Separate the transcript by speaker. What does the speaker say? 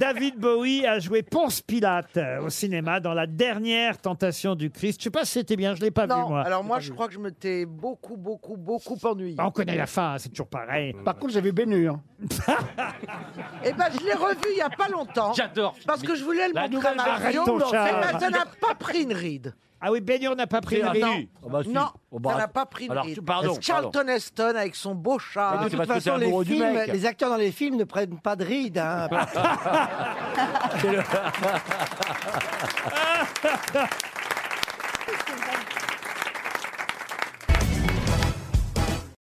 Speaker 1: David Bowie a joué Ponce Pilate euh, au cinéma dans la dernière tentation du Christ. Je sais pas si c'était bien, je l'ai pas vu
Speaker 2: Non,
Speaker 1: moi.
Speaker 2: alors moi je crois que je me t'ai beaucoup, beaucoup, beaucoup ennuyé.
Speaker 1: On connaît la fin, hein, c'est toujours pareil.
Speaker 3: Par contre, j'avais Bénur.
Speaker 2: Eh ben je l'ai revu il y a pas longtemps.
Speaker 4: J'adore.
Speaker 2: Parce que je voulais le
Speaker 4: La
Speaker 2: montrer à
Speaker 4: nouvelle
Speaker 2: ma
Speaker 1: version, Arrête ton chat.
Speaker 2: mais là, ça n'a pas pris une ride.
Speaker 1: Ah oui, Bénur n'a pas pris
Speaker 4: C'est
Speaker 1: le
Speaker 4: un
Speaker 1: risque.
Speaker 4: non.
Speaker 5: Ah bah si.
Speaker 2: Non,
Speaker 5: Oh bah,
Speaker 2: ça n'a pas pris une
Speaker 5: alors,
Speaker 2: ride.
Speaker 5: tu- pardon,
Speaker 2: C'est Charlton Heston avec son beau
Speaker 5: Mais
Speaker 2: chat.
Speaker 5: de
Speaker 3: Ah, De toute
Speaker 5: C'est parce que c'est
Speaker 3: façon,
Speaker 5: un
Speaker 3: les,
Speaker 5: bourreau du
Speaker 3: films-
Speaker 5: mec.
Speaker 3: les acteurs dans les films ne prennent pas de rides. hein.